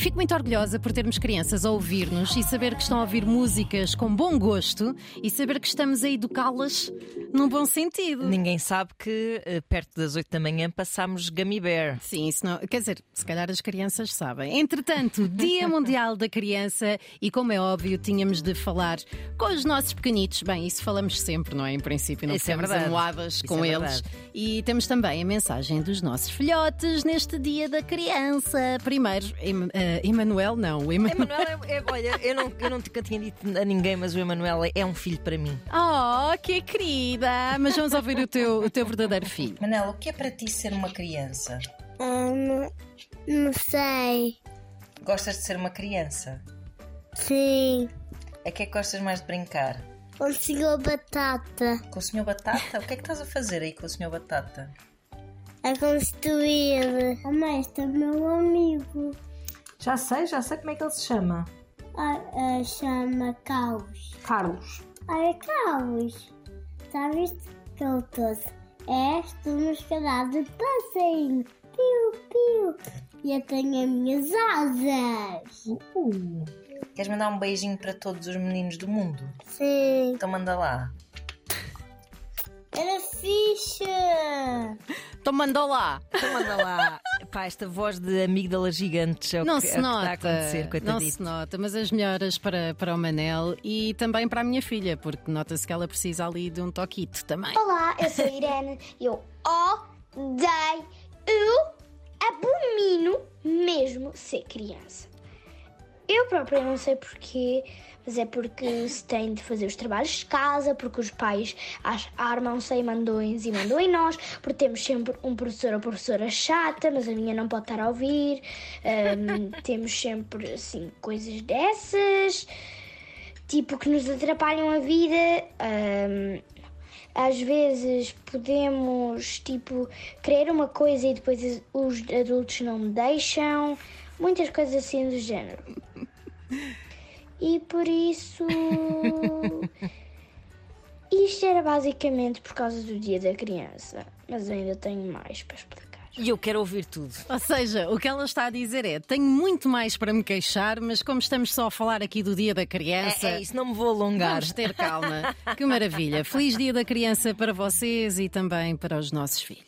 fico muito orgulhosa por termos crianças a ouvir-nos e saber que estão a ouvir músicas com bom gosto e saber que estamos a educá-las num bom sentido. Ninguém sabe que eh, perto das 8 da manhã passámos Gummy Bear. Sim, isso não. Quer dizer, se calhar as crianças sabem. Entretanto, Dia Mundial da Criança, e como é óbvio, tínhamos de falar com os nossos pequenitos. Bem, isso falamos sempre, não é? Em princípio, não Isso é ficamos verdade. amoadas Isso com é eles. verdade. E temos também a mensagem dos nossos filhotes neste Dia da Criança. Primeiro, em, eh, Emanuel, não. o Ema- Emanuel é, é- olha, eu, não, eu não nunca tinha dito a ninguém, mas o Emanuel é um filho para mim. Oh, que querida! Mas vamos ouvir o teu, o teu verdadeiro filho. Manela, o que é para ti ser uma criança? Ah, não, não sei. Gostas de ser uma criança? Sim. A que é que gostas mais de brincar? Conseguiu batata Com o Sr. Batata? O que é que estás a fazer aí com o Sr. Batata? a construir. A mãe, este é meu amigo. Já sei, já sei como é que ele se chama. chama Caos. Carlos. Olha, Caos. Sabes que eu trouxe? És tu nos pedaços de passarinho. Piu, piu. E eu tenho as minhas asas. Uh, Queres mandar um beijinho para todos os meninos do mundo? Sim. Então manda lá. Era ficha. Então mandou lá. Então manda lá. Pá, esta voz de amígdala gigante é o Não que, se é o que nota. está a acontecer, não coitadito. se nota, mas as melhoras para, para o Manel e também para a minha filha, porque nota-se que ela precisa ali de um toquito também. Olá, eu sou a Irene e eu odeio, eu abomino mesmo ser criança. Eu própria não sei porquê, mas é porque se tem de fazer os trabalhos de casa, porque os pais ach- armam-se em mandões e mandam em nós, porque temos sempre um professor ou professora chata, mas a minha não pode estar a ouvir. Ahm, temos sempre assim coisas dessas, tipo que nos atrapalham a vida. Ahm, às vezes podemos, tipo, querer uma coisa e depois os adultos não deixam. Muitas coisas assim do género. E por isso. Isto era basicamente por causa do dia da criança. Mas eu ainda tenho mais para explicar. E eu quero ouvir tudo. Ou seja, o que ela está a dizer é: tenho muito mais para me queixar, mas como estamos só a falar aqui do Dia da Criança. É, é isso, não me vou alongar. Vamos ter calma. Que maravilha. Feliz Dia da Criança para vocês e também para os nossos filhos.